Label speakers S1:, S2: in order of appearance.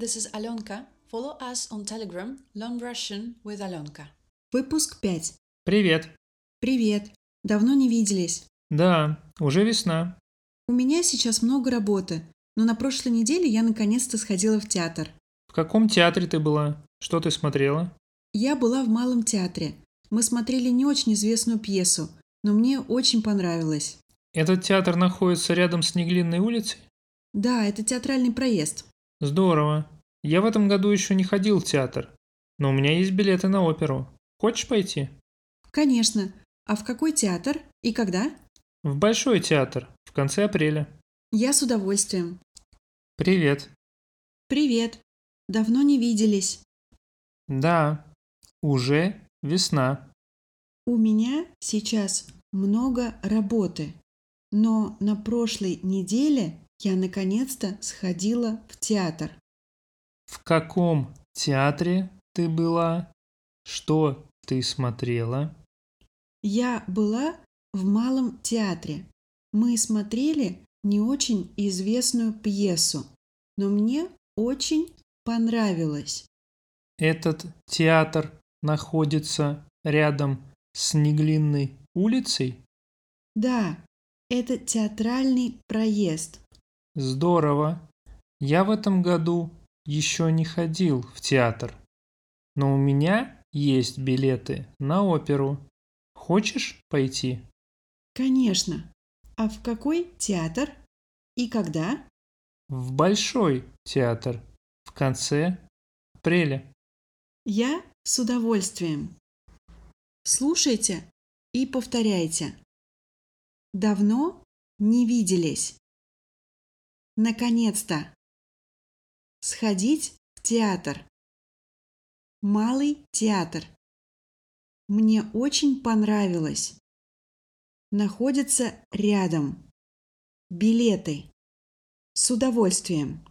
S1: This is Alenka. Follow us on Telegram. Learn Russian with Alenka.
S2: Выпуск 5.
S3: Привет.
S2: Привет. Давно не виделись.
S3: Да, уже весна.
S2: У меня сейчас много работы, но на прошлой неделе я наконец-то сходила в театр.
S3: В каком театре ты была? Что ты смотрела?
S2: Я была в Малом театре. Мы смотрели не очень известную пьесу, но мне очень понравилось.
S3: Этот театр находится рядом с Неглинной улицей?
S2: Да, это театральный проезд.
S3: Здорово. Я в этом году еще не ходил в театр, но у меня есть билеты на оперу. Хочешь пойти?
S2: Конечно. А в какой театр и когда?
S3: В Большой театр в конце апреля.
S2: Я с удовольствием.
S3: Привет.
S2: Привет. Давно не виделись.
S3: Да, уже весна.
S2: У меня сейчас много работы, но на прошлой неделе я наконец-то сходила в театр.
S3: В каком театре ты была? Что ты смотрела?
S2: Я была в Малом театре. Мы смотрели не очень известную пьесу, но мне очень понравилось.
S3: Этот театр находится рядом с Неглинной улицей?
S2: Да, это театральный проезд.
S3: Здорово. Я в этом году еще не ходил в театр. Но у меня есть билеты на оперу. Хочешь пойти?
S2: Конечно. А в какой театр и когда?
S3: В Большой театр в конце апреля.
S2: Я с удовольствием. Слушайте и повторяйте. Давно не виделись. Наконец-то. Сходить в театр. Малый театр. Мне очень понравилось. Находится рядом. Билеты. С удовольствием.